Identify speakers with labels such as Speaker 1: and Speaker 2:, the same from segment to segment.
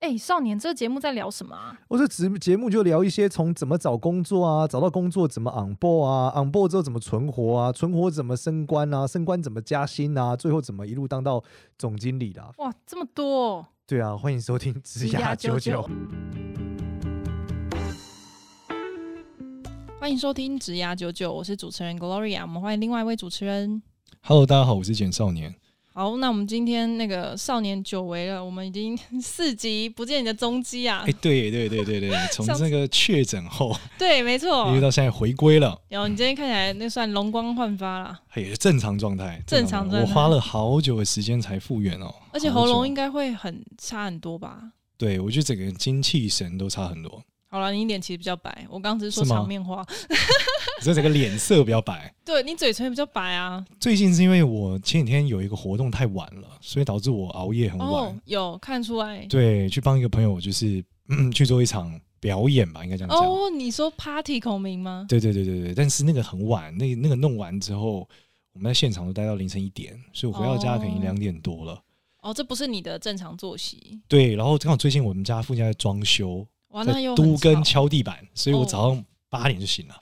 Speaker 1: 哎、少年，这个节目在聊什么啊？
Speaker 2: 我这节节目就聊一些从怎么找工作啊，找到工作怎么 on board 啊，on board 之后怎么存活啊，存活怎么升官啊，升官怎么加薪啊，最后怎么一路当到总经理啦。
Speaker 1: 哇，这么多、哦！
Speaker 2: 对啊，欢迎收听《职涯九九》。
Speaker 1: 欢迎收听《职涯九九》，我是主持人 Gloria，我们欢迎另外一位主持人。
Speaker 3: Hello，大家好，我是简少年。
Speaker 1: 好，那我们今天那个少年久违了，我们已经 四集不见你的踪迹啊
Speaker 3: 哎、！对对 对对对，从
Speaker 1: 上次哦
Speaker 3: 这个确诊后，
Speaker 1: 对，没
Speaker 3: 一
Speaker 1: 错
Speaker 3: 直。到现在回归了，
Speaker 1: 然后你今天看起来那算容光焕发啦，
Speaker 3: 也是正常状态。
Speaker 1: 正常状态
Speaker 3: 我花了好久的时间才复原哦，
Speaker 1: 而且喉咙应
Speaker 3: 该
Speaker 1: 该会很差很多吧？
Speaker 3: 对我觉得整个精气神都差很多，
Speaker 1: 好了，你脸其实比较白，我刚只是说
Speaker 3: 是吗
Speaker 1: 场面话，
Speaker 3: 这整个脸色比较白。
Speaker 1: 对你嘴唇也比较白啊。
Speaker 3: 最近是因为我前几天有一个活动太晚了，所以导致我熬夜很晚。
Speaker 1: 哦，有看出来。
Speaker 3: 对，去帮一个朋友就是、嗯、去做一场表演吧，应该这样讲。
Speaker 1: 哦，你说 party 孔明吗？
Speaker 3: 对对对对对，但是那个很晚，那那个弄完之后，我们在现场都待到凌晨一点，所以我回到家可
Speaker 1: 哦
Speaker 3: 能两点多了。
Speaker 1: 哦，这不是你的正常作息。
Speaker 3: 对，然后刚好最近我们家附近在装修，
Speaker 1: 哇，哦那
Speaker 3: 在
Speaker 1: 又很
Speaker 3: 都跟
Speaker 1: 吵
Speaker 3: 敲地板，所以我
Speaker 1: 哦
Speaker 3: 早上八点就醒了。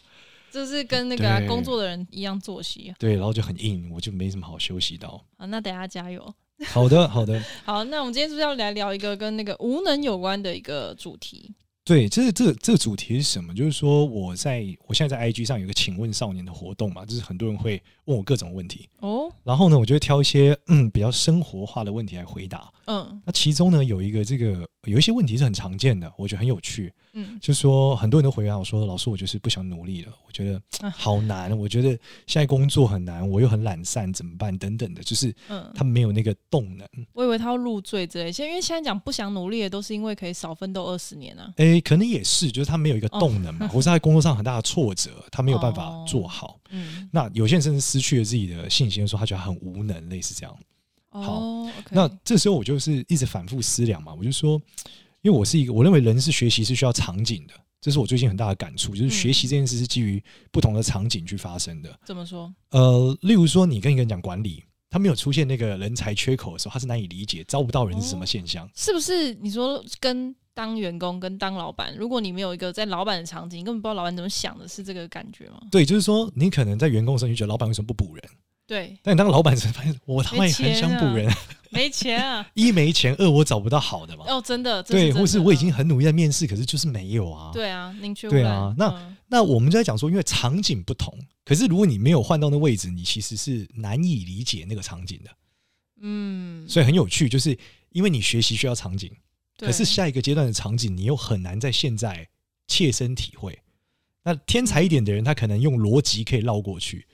Speaker 1: 就是跟那个啊、
Speaker 3: 对
Speaker 1: 工作的人一样作息
Speaker 3: 对，然后就很硬，我就没什么好休息到。
Speaker 1: 啊。那等一下加油。
Speaker 3: 好的，好的，
Speaker 1: 好，那我们今天是不是要来聊一个跟那个无能有关的一个主题？
Speaker 3: 对，这这这个主题是什么？就是说我在我现在在 IG 上有一个“请问少年”的活动嘛，就是很多人会问我各种问题，
Speaker 1: 哦，
Speaker 3: 然后呢，我就会挑一些嗯比较生活化的问题来回答。
Speaker 1: 嗯
Speaker 3: 那其中呢，有一个这个有一些问题是很常见的，我觉得很有趣，
Speaker 1: 嗯，
Speaker 3: 就是说很多人都回答我说：“老师，我就是不想努力了，我觉
Speaker 1: 啊
Speaker 3: 得好难，我觉得现在工作很难，我又很懒散，怎么办？等等的，就是
Speaker 1: 嗯，
Speaker 3: 他们没有那个动能。
Speaker 1: 我以为他要入赘之类，现在因为现在讲不想努力的都是因为可以少奋斗二十年啊。
Speaker 3: 诶，可能也是，就是他没有一个动能嘛，或是他在工作上很大的挫折，他没有办法做好。
Speaker 1: 嗯，
Speaker 3: 那有些人甚至失去了自己的信心，说他觉得他很无能，类似这样。好
Speaker 1: 哦，OK，
Speaker 3: 那这时候我就是一直反复思量嘛，我就说，因为我是一个我认为人是学习是需要场景的，这是我最近很大的感触，就是学习这件事是基于不同的场景去发生的。
Speaker 1: 怎么说？
Speaker 3: 呃，例如说，你跟一个人讲管理，他没有出现那个人才缺口的时候，他是难以理解招不到人是什么现象。
Speaker 1: 是不是你说跟当员工跟当老板，如果你没有一个在老板的场景，你根本不知道老板怎么想的，是这个感觉吗？
Speaker 3: 对，就是说，你可能在员工的时候，你就觉得老板为什么不补人？
Speaker 1: 对，
Speaker 3: 但你当老板的时候，发现我他妈
Speaker 1: 没
Speaker 3: 也很想
Speaker 1: 钱啊
Speaker 3: 补人，
Speaker 1: 没钱啊！
Speaker 3: 一没钱，二我找不到好的嘛。
Speaker 1: 哦，真的，这
Speaker 3: 对，
Speaker 1: 真
Speaker 3: 或是我已
Speaker 1: 的
Speaker 3: 经很努力在面试，可是就是没有啊。
Speaker 1: 对啊，宁缺毋
Speaker 3: 对
Speaker 1: 滥。
Speaker 3: 啊那
Speaker 1: 嗯
Speaker 3: 那我们就在讲说，因为场景不同，可是如果你没有换到那位置，你其实是难以理解那个场景的。
Speaker 1: 嗯，
Speaker 3: 所以很有趣，就是因为你学习需要场景，
Speaker 1: 对
Speaker 3: 可是下一个阶段的场景，你又很难在现在切身体会。那天才一点的
Speaker 1: 嗯
Speaker 3: 人，他可能用逻辑可以绕过去，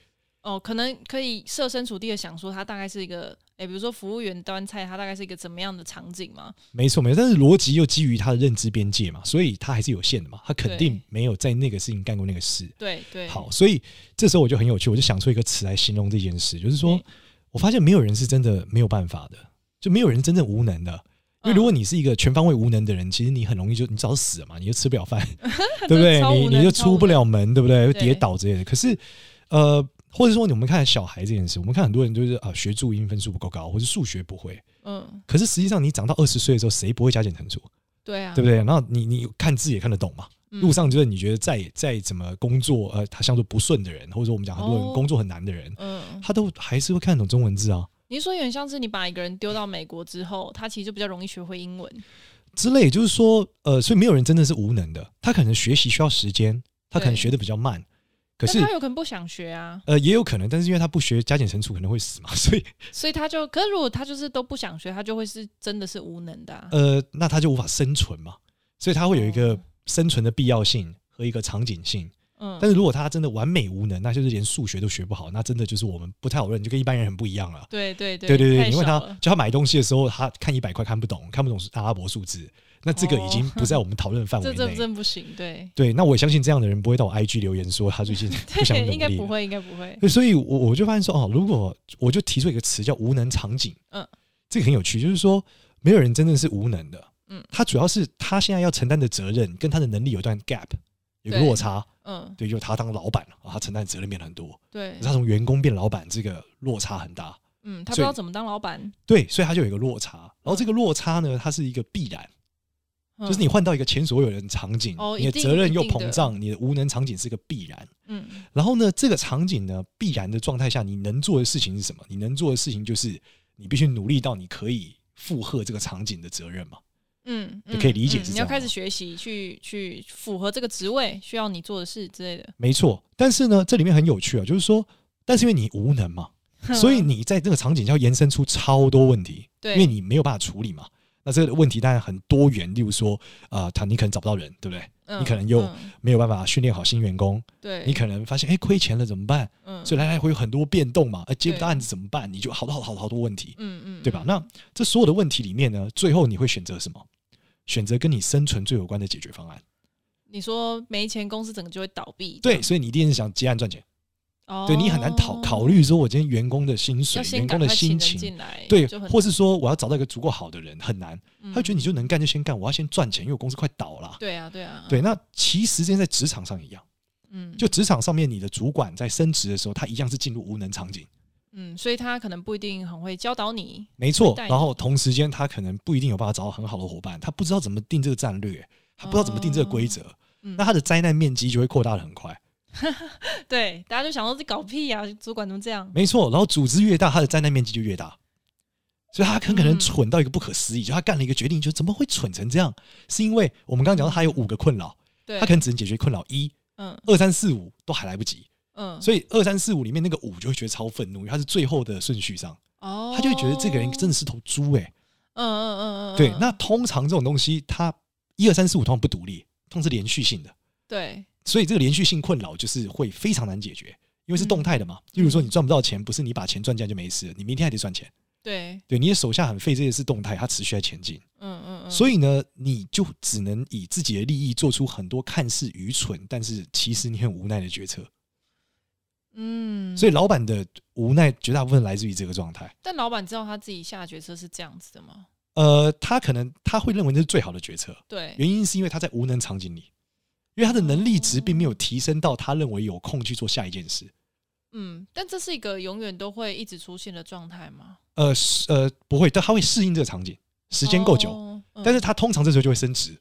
Speaker 1: 哦，可能可以设身处地的想说，它大概是一个，诶，比如说服务员端菜，它大概是一个怎么样的场景嘛？
Speaker 3: 没错没错。但是逻辑又基于他的认知边界嘛，所以他还是有限的嘛，他肯定
Speaker 1: 对
Speaker 3: 没有在那个事情干过那个事。
Speaker 1: 对对，
Speaker 3: 好，所以这时候我就很有趣，我就想出一个词来形容这件事，就是说
Speaker 1: 对，
Speaker 3: 我发现没有人是真的没有办法的，就没有人真正无能的。因为
Speaker 1: 嗯
Speaker 3: 如果你是一个全方位无能的人，其实你很容易就你早死了嘛，你就吃不 了饭，
Speaker 1: 嗯
Speaker 3: 对不
Speaker 1: 真的
Speaker 3: 对？
Speaker 1: 超无
Speaker 3: 你
Speaker 1: 能
Speaker 3: 你就
Speaker 1: 超
Speaker 3: 出
Speaker 1: 无
Speaker 3: 不
Speaker 1: 能
Speaker 3: 了门，对不对？
Speaker 1: 对
Speaker 3: 跌倒之类的。可是，呃，或者说我们看小孩这件事，我们看很多人就是啊、学注音分数不够高，或是数学不会。
Speaker 1: 嗯，
Speaker 3: 可是实际上，你长到二十岁的时候，谁不会加减乘除，
Speaker 1: 对啊，
Speaker 3: 对
Speaker 1: 不
Speaker 3: 不对？然后你你看字也看得懂嘛。
Speaker 1: 嗯
Speaker 3: 路上就是你觉得再再怎么工作，呃，他相对不顺的人，或者说我们讲很多
Speaker 1: 哦
Speaker 3: 人工作很难的人，
Speaker 1: 嗯，嗯，
Speaker 3: 他都还是会看得懂中文字啊
Speaker 1: 你是说有点像是你把一个人丢到美国之后，他其实就比较容易学会英文。
Speaker 3: 之类。就是说，呃，所以没有人真的是无能的，他可能学习需要时间，他可能
Speaker 1: 对
Speaker 3: 学的比较慢，
Speaker 1: 但
Speaker 3: 可是
Speaker 1: 他有可能不想学啊，
Speaker 3: 呃，也有可能，但是因为他不学加减乘除可能会死 嘛，所以
Speaker 1: 所以他就，可是如果他就是都不想学，他就会是真的是无能的、啊。
Speaker 3: 呃，那他就无法生存嘛，所以他会有一
Speaker 1: 哦
Speaker 3: 个生存的必要性和一个场景性。
Speaker 1: 嗯，
Speaker 3: 但是如果他真的完美无能，那就是连数学都学不好，那真的就是我们不太好认，就跟一般人很不一样了。
Speaker 1: 对对对
Speaker 3: 对对对，
Speaker 1: 太
Speaker 3: 你问
Speaker 1: 少
Speaker 3: 他
Speaker 1: 了，
Speaker 3: 就他买东西的时候，他看一百块看不懂，看不懂是阿拉伯数字，那这个已经不在我们讨论范
Speaker 1: 这
Speaker 3: 围
Speaker 1: 哦 这
Speaker 3: 内。
Speaker 1: 真不行，对
Speaker 3: 对，那我相信这样的人不会到我 IG 留言说他最 近不想
Speaker 1: 对，
Speaker 3: 努力了，
Speaker 1: 应该不会，应该不会。
Speaker 3: 对，所以我我就发现说，哦，如果我就提出一个词叫无能场景，
Speaker 1: 嗯
Speaker 3: 嗯，这个很有趣，就是说没有人真正是无能的，
Speaker 1: 嗯
Speaker 3: 嗯，他主要是他现在要承担的责任跟他的能力有一段 gap，有个
Speaker 1: 对
Speaker 3: 落差，
Speaker 1: 嗯，
Speaker 3: 对，就他当老板了，啊他承担的责任变得很多，
Speaker 1: 对
Speaker 3: 可是，他从员工变老板，这个落差很大，
Speaker 1: 嗯，他不
Speaker 3: 所以
Speaker 1: 知道怎么当老板。嗯
Speaker 3: 对，所以他就有一个落差，然后这个落差呢，它是一个必然，就是你换到一个前所未有的场景，
Speaker 1: 哦
Speaker 3: 你
Speaker 1: 一
Speaker 3: 的
Speaker 1: 定
Speaker 3: 责任又
Speaker 1: 一定的
Speaker 3: 膨胀，你的无能场景是个必然。
Speaker 1: 嗯嗯
Speaker 3: 然后呢，这个场景呢，必然的状态下，你能做的事情是什么？你能做的事情就是你必须努力到你可以负荷这个场景的责任嘛。
Speaker 1: 嗯
Speaker 3: 你可以理解
Speaker 1: 嗯
Speaker 3: 是
Speaker 1: 你要
Speaker 3: 这样啊
Speaker 1: 开
Speaker 3: 吗
Speaker 1: 始学习去去符合这个职位需要你做的事之类的，
Speaker 3: 没错，但是呢，这里面很有趣啊，就是说，但是因为你无能嘛， 所以你在这个场景下延伸出超多问题，
Speaker 1: 对，
Speaker 3: 因为你没有办法处理嘛。那这个问题当然很多元，例如说，啊、他你可能找不到人，对不对？
Speaker 1: 嗯
Speaker 3: 你可能又
Speaker 1: 嗯
Speaker 3: 没有办法训练好新员工，
Speaker 1: 对，
Speaker 3: 你可能发现，哎、亏钱了怎么办？
Speaker 1: 嗯
Speaker 3: 所以来来回有很多变动嘛，呃，接不到
Speaker 1: 对
Speaker 3: 案子怎么办？你就好多好多好多好多问题，
Speaker 1: 嗯嗯，
Speaker 3: 对吧？
Speaker 1: 嗯
Speaker 3: 那这所有的问题里面呢，最后你会选择什么？选择跟你生存最有关的解决方案。
Speaker 1: 你说没钱，公司整个就会倒闭，
Speaker 3: 对，所以你一定是想接案赚钱，
Speaker 1: 嗯哦，
Speaker 3: 对你很难考考虑说，我今天员工的薪水
Speaker 1: 要、先
Speaker 3: 员
Speaker 1: 赶
Speaker 3: 工的
Speaker 1: 快
Speaker 3: 心
Speaker 1: 请人
Speaker 3: 情，
Speaker 1: 进来，
Speaker 3: 对
Speaker 1: 就，很
Speaker 3: 或是说我要找到一个足够好的人很难。
Speaker 1: 嗯
Speaker 3: 他会觉得你就能干就先干，我要先赚钱，因为我公司快倒了。
Speaker 1: 对啊对啊，
Speaker 3: 对，那其实这件在职场上一样，
Speaker 1: 嗯
Speaker 3: 就职场上面你的主管在升职的时候，他一样是进入无能场景。
Speaker 1: 嗯，所以他可能不一定很会教导你，
Speaker 3: 没错，
Speaker 1: 带
Speaker 3: 然后同时间他可能不一定有办法找到很好的伙伴，他不知道怎么定这个战略，他不知道怎么定这个规则，
Speaker 1: 嗯
Speaker 3: 那他的灾难面积就会扩大的很快。
Speaker 1: 对，大家就想说这搞屁呀、主管怎么这样？
Speaker 3: 没错，然后组织越大，他的灾难面积就越大，所以他很可能
Speaker 1: 嗯
Speaker 3: 蠢到一个不可思议，就他干了一个决定，就怎么会蠢成这样？是因为我们刚刚讲到他有五个困扰，
Speaker 1: 对，
Speaker 3: 他可能只能解决困扰一、
Speaker 1: 嗯
Speaker 3: 二、三、四、五都还来不及，
Speaker 1: 嗯，
Speaker 3: 所以二、三、四、五里面那个五就会觉得超愤怒，因为他是最后的顺序上，
Speaker 1: 哦，
Speaker 3: 他就会觉得这个人真的是头猪哎、欸
Speaker 1: 嗯，嗯嗯嗯嗯，
Speaker 3: 对
Speaker 1: 嗯，
Speaker 3: 那通常这种东西，它一二三四五通常不独立，通常是连续性的，
Speaker 1: 对
Speaker 3: 所以这个连续性困扰就是会非常难解决，因为是动态的嘛。
Speaker 1: 嗯
Speaker 3: 例如说，你赚不到钱，不是你把钱赚进来就没事了，你明天还得赚钱。
Speaker 1: 对，
Speaker 3: 对，你的手下很废，这些是动态，它持续在前进。
Speaker 1: 嗯嗯嗯，
Speaker 3: 所
Speaker 1: 以
Speaker 3: 以呢，你就只能以自己的利益做出很多看似愚蠢，但是其实你很无奈的决策。
Speaker 1: 嗯，
Speaker 3: 所
Speaker 1: 以
Speaker 3: 以老板的无奈绝大部分来自于这个状态。
Speaker 1: 但老板知道他自己下的决策是这样子的吗？
Speaker 3: 呃，他可能他会认为这是最好的决策，
Speaker 1: 对，
Speaker 3: 原因是因为他在无能场景里，因为他的能力值并没有提升到他认为有空去做下一件事。
Speaker 1: 嗯，但这是一个永远都会一直出现的状态吗？
Speaker 3: 呃是呃，不会，但他会适应这个场景，时间够久。
Speaker 1: 哦嗯
Speaker 3: 但是他通常这时候就会升职。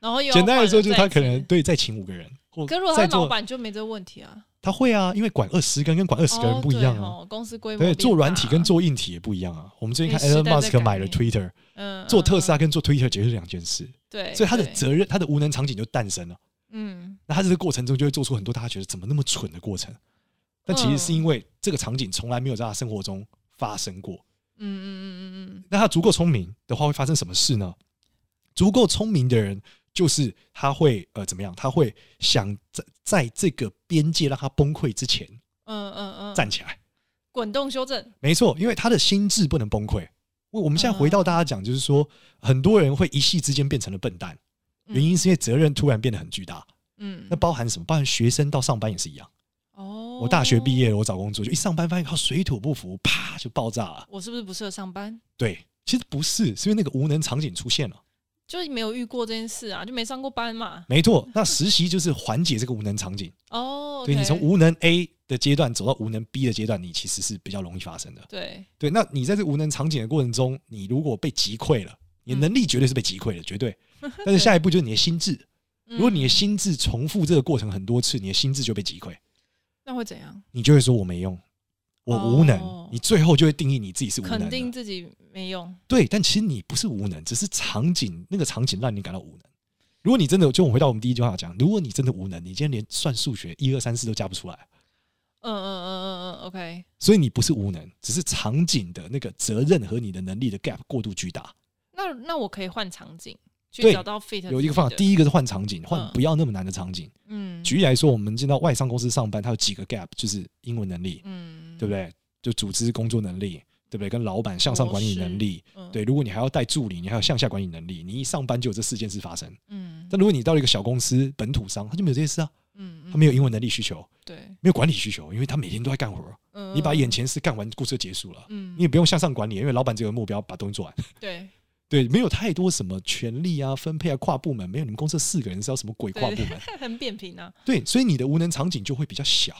Speaker 1: 然后又要
Speaker 3: 简单来说，就是
Speaker 1: 换人
Speaker 3: 他可能
Speaker 1: 再
Speaker 3: 对再请五个人，
Speaker 1: 请，
Speaker 3: 或
Speaker 1: 可是如果
Speaker 3: 再
Speaker 1: 他
Speaker 3: 做
Speaker 1: 老板就没这个问题啊，
Speaker 3: 他会啊，因为管二十个人跟管二十个人
Speaker 1: 哦
Speaker 3: 不一样啊。
Speaker 1: 对哦公司规模
Speaker 3: 对，
Speaker 1: 变
Speaker 3: 做软体
Speaker 1: 大
Speaker 3: 跟做硬体也不一样啊。我们最近看
Speaker 1: 因为
Speaker 3: Elon
Speaker 1: 时代在
Speaker 3: Musk
Speaker 1: 改
Speaker 3: 买了
Speaker 1: 变
Speaker 3: Twitter，
Speaker 1: 嗯
Speaker 3: 做特斯
Speaker 1: 色
Speaker 3: 拉跟做 Twitter 绝对是两件事，
Speaker 1: 对，
Speaker 3: 所以他的
Speaker 1: 对
Speaker 3: 责任，他的无能场景就诞生了。
Speaker 1: 嗯
Speaker 3: 那他在这个过程中就会做出很多大家觉得怎么那么蠢的过程，但其实
Speaker 1: 嗯
Speaker 3: 是因为这个场景从来没有在他生活中发生过。
Speaker 1: 嗯嗯嗯嗯嗯
Speaker 3: 那他足够聪明的话，会发生什么事呢？足够聪明的人，就是他会呃怎么样？他会想在在这个边界让他崩溃之前
Speaker 1: 嗯嗯嗯，
Speaker 3: 站起来。
Speaker 1: 滚动修正，
Speaker 3: 没错，因为他的心智不能崩溃。我我们现在回
Speaker 1: 嗯
Speaker 3: 到大家讲，就是说，很多人会一夕之间变成了笨蛋，
Speaker 1: 嗯
Speaker 3: 原因是因为责任突然变得很巨大。
Speaker 1: 嗯
Speaker 3: 那，包含什么？包含学生到上班也是一样。
Speaker 1: 哦，
Speaker 3: 我大学毕，业了，我找工作就一上班发现靠水土不服，啪就爆炸了。
Speaker 1: 我是不是不适合上班？
Speaker 3: 对，其实不是，是因为那个无能场景出现了。
Speaker 1: 就是没有遇过这件事啊，就没上过班嘛。
Speaker 3: 没错，那实习就是缓解这个无能场景。
Speaker 1: 哦，
Speaker 3: 对
Speaker 1: OK
Speaker 3: 你从无能 A 的阶段走到无能 B 的阶段，你其实是比较容易发生的。
Speaker 1: 对，
Speaker 3: 对，那你在这无能场景的过程中，你如果被击溃了，你的能力绝对是被击溃了，绝对。但是下一步就是你的心智，
Speaker 1: 如
Speaker 3: 如果
Speaker 1: 嗯
Speaker 3: 你的心智重复这个过程很多次，你的心智就被击溃，
Speaker 1: 那会怎样？
Speaker 3: 你就会说我没用，我无能，
Speaker 1: 哦
Speaker 3: 你最后就会定义你自己是无能
Speaker 1: 肯定
Speaker 3: 的。
Speaker 1: 自己没用，
Speaker 3: 对，但其实你不是无能，只是场景那个场景让你感到无能。如果你真的，就我们回到我们第一句话讲，如果你真的无能，你今天连算数学一二三四都加不出来，
Speaker 1: 嗯嗯嗯嗯嗯，OK，
Speaker 3: 所以你不是无能，只是场景的那个责任和你的能力的 gap 过度巨大。
Speaker 1: 那那我可以换场景去
Speaker 3: 对
Speaker 1: 找到 fit
Speaker 3: 有一个方法，
Speaker 1: 一，
Speaker 3: 第一个是换场景，换
Speaker 1: 嗯
Speaker 3: 不要那么难的场景。
Speaker 1: 嗯，
Speaker 3: 举例来说，我们进到外商公司上班，它有几个 gap，就是英文能力，
Speaker 1: 嗯，
Speaker 3: 对不对？就组织工作能力，对不对？跟老板向上管理能力，
Speaker 1: 嗯？
Speaker 3: 对。如果你还要带助理，你还有向下管理能力，你一上班就有这四件事发生。
Speaker 1: 嗯，
Speaker 3: 但如果你到了一个小公司，本土商，他就没有这些事啊，
Speaker 1: 嗯嗯，
Speaker 3: 他没有英文能力需求，
Speaker 1: 对，
Speaker 3: 没有管理需求，因为他每天都在干活。
Speaker 1: 嗯，
Speaker 3: 你把眼
Speaker 1: 嗯，
Speaker 3: 前事干完，故事就结束了，
Speaker 1: 嗯，
Speaker 3: 你也不用向上管理，因为老板只有个目标，把东西做完。
Speaker 1: 对，
Speaker 3: 对，没有太多什么权利啊、分配啊、跨部门，没有你们公司四个人是要什么鬼跨
Speaker 1: 对
Speaker 3: 部门？
Speaker 1: 很扁平啊，
Speaker 3: 对，所以你的无能场景就会比较小。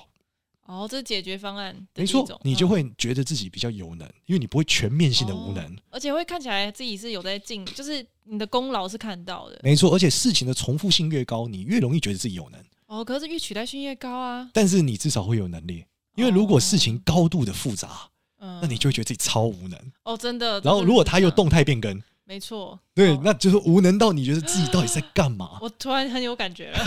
Speaker 1: 哦，这是解决方案的
Speaker 3: 没
Speaker 1: 一种，
Speaker 3: 错，你就
Speaker 1: 嗯、
Speaker 3: 会觉得自己比较有能，因为你不会全面性的无能。
Speaker 1: 而且会看起来自己是有在进，就是你的功劳是看到的。
Speaker 3: 没错，而且事情的重复性越高，你越容易觉得自己有能，
Speaker 1: 哦，可是越取代性越高啊，
Speaker 3: 但是你至少会有能力。因为如果事
Speaker 1: 哦
Speaker 3: 情高度的复杂，
Speaker 1: 嗯，
Speaker 3: 那你就会觉得自己超无能。
Speaker 1: 哦真的。
Speaker 3: 然后
Speaker 1: 这
Speaker 3: 如果他又
Speaker 1: 是这样，
Speaker 3: 动态变更，
Speaker 1: 没错，
Speaker 3: 对
Speaker 1: 哦，
Speaker 3: 那就是无能到你觉得自己到底在干嘛？
Speaker 1: 我突然很有感 觉了，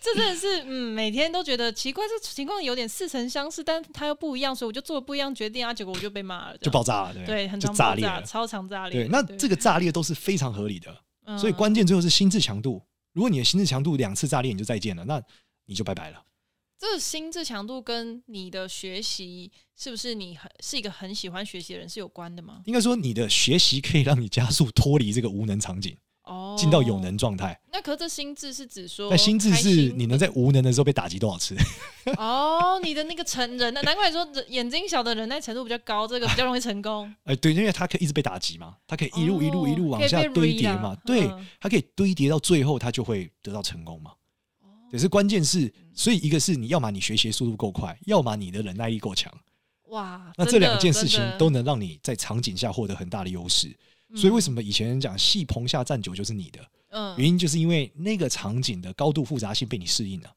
Speaker 1: 这真的是，嗯，每天都觉得奇怪，这情况有点似曾相识，但它又不一样，所以我就做了不一样决定啊，结果我就被骂了，这样
Speaker 3: 就爆炸了，对不
Speaker 1: 对，很
Speaker 3: 就
Speaker 1: 常
Speaker 3: 炸
Speaker 1: 爆
Speaker 3: 裂
Speaker 1: 炸，
Speaker 3: 了。
Speaker 1: 超常炸裂嗯
Speaker 3: 对，嗯
Speaker 1: 的。
Speaker 3: 那这个炸裂都是非常合理的，
Speaker 1: 个
Speaker 3: 所以关键最后是心智强度。如果你的心智强度两次炸裂，你就再见了，那你就拜拜了。
Speaker 1: 这个心智强度跟你的学习是不是你很是一个很喜欢学习的人是有关的吗？
Speaker 3: 应该说，你的学习可以让你加速脱离这个无能场景，
Speaker 1: 哦，
Speaker 3: 进到有能。状态。
Speaker 1: 那可是这心智是指说，
Speaker 3: 但心智是你能在无能的时候被打击多少次？
Speaker 1: 开心 哦，你的那个成人，难怪说人眼睛小的忍耐程度比较高，这个比较容易成功。
Speaker 3: 呃，对，因为它可以一直被打击嘛，它可以一路一路一路往
Speaker 1: 哦可
Speaker 3: 下
Speaker 1: 以被
Speaker 3: 堆叠
Speaker 1: re
Speaker 3: 嘛
Speaker 1: 啊，
Speaker 3: 对
Speaker 1: 嗯，
Speaker 3: 它可以堆叠到最后，它就会得到成功嘛。
Speaker 1: 哦
Speaker 3: 也是关键
Speaker 1: 嗯
Speaker 3: 是，所以一个是你要么你学习速度够快，要么你的忍耐力够强，
Speaker 1: 哇，
Speaker 3: 那
Speaker 1: 真
Speaker 3: 这
Speaker 1: 的
Speaker 3: 两件事情
Speaker 1: 真的
Speaker 3: 都能让你在场景下获得很大的优势。所以为什么以前人讲戏棚下站久就是你的
Speaker 1: 嗯
Speaker 3: 原因，就是因为那个场景的高度复杂性被你适应了，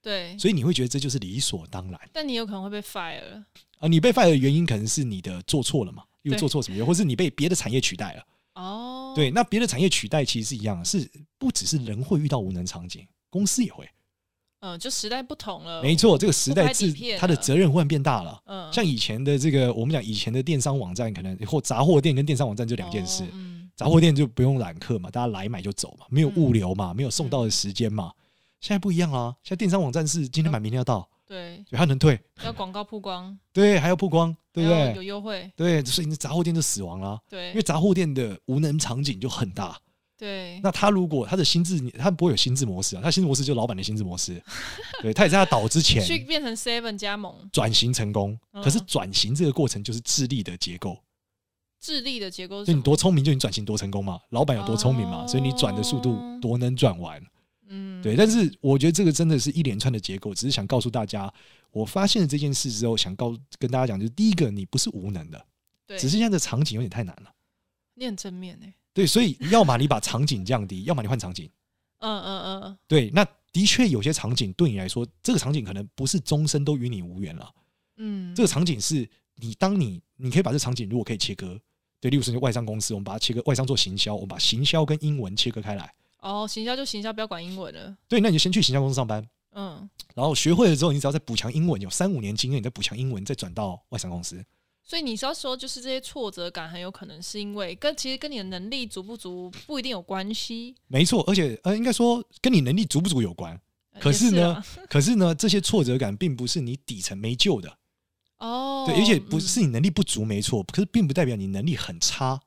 Speaker 1: 对，
Speaker 3: 所以你会觉得这就是理所当然
Speaker 1: 但你有可能会被 fire 了。
Speaker 3: 啊。你被 fire 的原因可能是你的做错了嘛，又
Speaker 1: 对
Speaker 3: 做错什么，或是你被别的产业取代了。
Speaker 1: 哦，
Speaker 3: 对，那别的产业取代其实是一样的，是不只是人会遇到无能场景，公司也会。
Speaker 1: 嗯，就时代不同了，
Speaker 3: 没错，这个时代
Speaker 1: 不拍底
Speaker 3: 自
Speaker 1: 片
Speaker 3: 它的
Speaker 1: 了
Speaker 3: 责任忽然变大了。
Speaker 1: 嗯，
Speaker 3: 像以前的这个，我们讲以前的电商网站，可能或杂货店跟电商网站就两件事
Speaker 1: 哦。嗯，
Speaker 3: 杂货店就不用揽客嘛，大家来买就走嘛，没有物流嘛，没有送
Speaker 1: 嗯
Speaker 3: 到的时间嘛。现在不一样啦、现在电商网站是
Speaker 1: 哦
Speaker 3: 今天买明天要到，
Speaker 1: 对，
Speaker 3: 所以它能退，
Speaker 1: 要广告曝光，
Speaker 3: 对，还要曝光， 对不
Speaker 1: 哦还要有
Speaker 3: 对？
Speaker 1: 优惠，
Speaker 3: 对，所以你杂货店就死亡啦、
Speaker 1: 对，
Speaker 3: 因为杂货店的无能场景就很大。
Speaker 1: 对，
Speaker 3: 那他如果他的心智，他不会有心智模式啊，他心智模式就是老板的心智 模式，对他也在他倒之前
Speaker 1: 去变成 Seven 加盟，
Speaker 3: 转型成功，
Speaker 1: 嗯
Speaker 3: 可是转型这个过程就是智力的结构，
Speaker 1: 智力的结构是
Speaker 3: 就
Speaker 1: 什
Speaker 3: 你
Speaker 1: 么
Speaker 3: 多聪明，就你转型多成功嘛，老板有多聪明嘛，
Speaker 1: 哦
Speaker 3: 所以你转的速度多能转完，
Speaker 1: 嗯，
Speaker 3: 对。但是我觉得这个真的是一连串的结构，只是想告诉大家，我发现了这件事之后，想告跟大家讲，就是第一个，你不是无能的，
Speaker 1: 对，
Speaker 3: 只是现在的场景有点太难了，
Speaker 1: 你很正面哎，
Speaker 3: 对，所以要么你把场景降低，要么你换场景。
Speaker 1: 嗯嗯嗯，
Speaker 3: 对，那的确有些场景对你来说，这个场景可能不是终身都与你无缘了。
Speaker 1: 嗯，
Speaker 3: 这个场景是你当你你可以把这场景如果可以切割，对，例如说外商公司，我们把它切割，外商做行销，我们把行销跟英文切割开来。
Speaker 1: 哦，行销就行销，不要管英文了，
Speaker 3: 对，那你就先去行销公司上班，
Speaker 1: 嗯，
Speaker 3: 然后学会了之后，你只要再补强英文，有三五年经验，你再补强英文，再转到外商公司。
Speaker 1: 所以你是要说，就是这些挫折感很有可能是因为跟其实跟你的能力足不足不一定有关系，
Speaker 3: 没错，而且呃，应该说跟你能力足不足有关。
Speaker 1: 呃
Speaker 3: 可
Speaker 1: 也
Speaker 3: 是
Speaker 1: 是
Speaker 3: 呢
Speaker 1: 啊，
Speaker 3: 可是呢，这些挫折感并不是你底层没救的，
Speaker 1: 哦，
Speaker 3: 对，而且不
Speaker 1: 嗯
Speaker 3: 是你能力不足没错，可是并不代表你能力很差。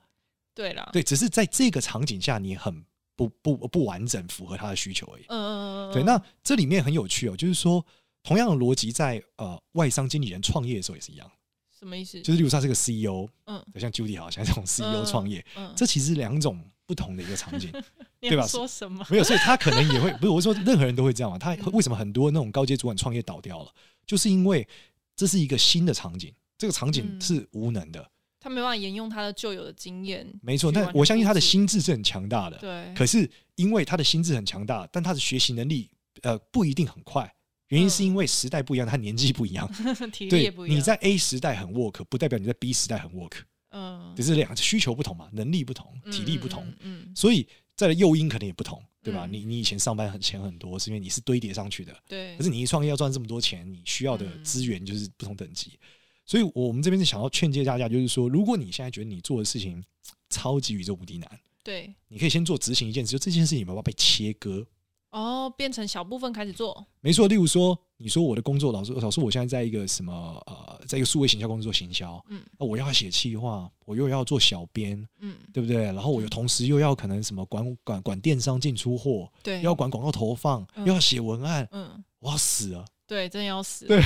Speaker 1: 对啦，
Speaker 3: 对，只是在这个场景下，你很不不不完整，符合他的需求而已。
Speaker 1: 嗯，嗯嗯嗯，
Speaker 3: 对，
Speaker 1: 嗯
Speaker 3: 那这里面很有趣哦，就是说，同样的逻辑在呃外商经理人创业的时候也是一样，
Speaker 1: 什么意思？
Speaker 3: 就是例如他是个 CEO，
Speaker 1: 嗯
Speaker 3: 对像 Judy 好，像这种 CEO
Speaker 1: 嗯
Speaker 3: 创业，
Speaker 1: 嗯，
Speaker 3: 这其实是两种不同的一个场景，
Speaker 1: 你
Speaker 3: 对
Speaker 1: 要
Speaker 3: 吧
Speaker 1: 说什么？
Speaker 3: 没有，所以他可能也会不是我说任何人都会这样嘛，他
Speaker 1: 嗯
Speaker 3: 为什么很多那种高阶主管创业倒掉了，就是因为这是一个新的场景，这个场景
Speaker 1: 嗯
Speaker 3: 是无能的，
Speaker 1: 他没办法沿用他的旧有的经验，
Speaker 3: 没错，
Speaker 1: 去
Speaker 3: 但
Speaker 1: 完全
Speaker 3: 我相信他的
Speaker 1: 复制
Speaker 3: 心智是很强大的，
Speaker 1: 对，
Speaker 3: 可是因为他的心智很强大，但他的学习能力呃不一定很快，原因是因为时代不一样，他年纪不一样。
Speaker 1: 体嗯力也
Speaker 3: 对
Speaker 1: 不，一样。
Speaker 3: 你在 A 时代很 work，不代表你在 B 时代很 work，
Speaker 1: 嗯
Speaker 3: 只，是两个需求不同嘛，能力不同，
Speaker 1: 嗯
Speaker 3: 体力不同，，
Speaker 1: 嗯嗯，嗯
Speaker 3: 所以在诱因可能也不同，对吧？
Speaker 1: 嗯
Speaker 3: 你你以前上班很钱很多，是因为你是堆叠上去的，
Speaker 1: 对，
Speaker 3: 可是你一创业要赚这么多钱，你需要的
Speaker 1: 嗯
Speaker 3: 资源就是不同等级。所以，我我们这边是想要劝诫大家，就是说，如果你现在觉得你做的事情超级宇宙无敌难，
Speaker 1: 对
Speaker 3: 你可以先做执行一件事，就这件事情有没有被切割？
Speaker 1: 哦，变成小部分开始做，
Speaker 3: 没错，例如说，你说我的工作，老师，老师，我现在在一个什么呃，在一个数位行销公司做行销，
Speaker 1: 嗯
Speaker 3: 那我又要写企划，我又要做小编，
Speaker 1: 嗯，
Speaker 3: 对不对？然后我又同时又要可能什么管管管电商进出货，
Speaker 1: 对，
Speaker 3: 又要管广告投放，
Speaker 1: 嗯
Speaker 3: 又要写文案，
Speaker 1: 嗯，
Speaker 3: 我要死了。
Speaker 1: 对，真的要死，
Speaker 3: 对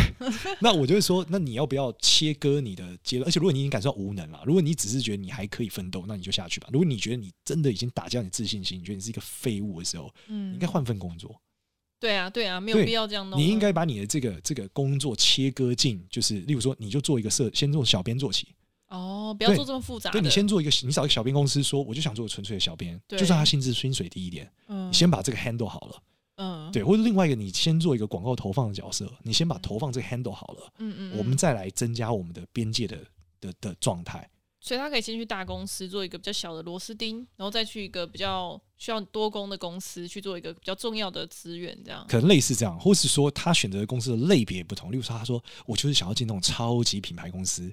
Speaker 3: 那我就会说，那你要不要切割你的阶段？而且如果你已经感受到无能了，如果你只是觉得你还可以奋斗，那你就下去吧。如果你觉得你真的已经打击到你自信心，你觉得你是一个废物的时候，
Speaker 1: 嗯，
Speaker 3: 你应该换份工作。
Speaker 1: 对啊，对啊，没有
Speaker 3: 对
Speaker 1: 必要这样弄。
Speaker 3: 你应该把你的这个这个工作切割进，就是例如说，你就做一个社，先做小编做起。
Speaker 1: 哦，不要
Speaker 3: 对
Speaker 1: 做这么复杂的。
Speaker 3: 对你先做一个，你找一个小编公司说，我就想做纯粹的小编，
Speaker 1: 对
Speaker 3: 就算他薪资薪水低一点，
Speaker 1: 嗯
Speaker 3: 你先把这个 handle 好了。
Speaker 1: 嗯
Speaker 3: 对，或者另外一个，你先做一个广告投放的角色，你先把投放这个 handle 好了，
Speaker 1: 嗯嗯，嗯
Speaker 3: 我们再来增加我们的边界的的的状态。
Speaker 1: 所以他可以先去大公司做一个比较小的螺丝钉，然后再去一个比较需要多工的公司去做一个比较重要的资源，这样。
Speaker 3: 可能类似这样，或是说他选择的公司的类别不同。例如说，他说我就是想要进那种超级品牌公司，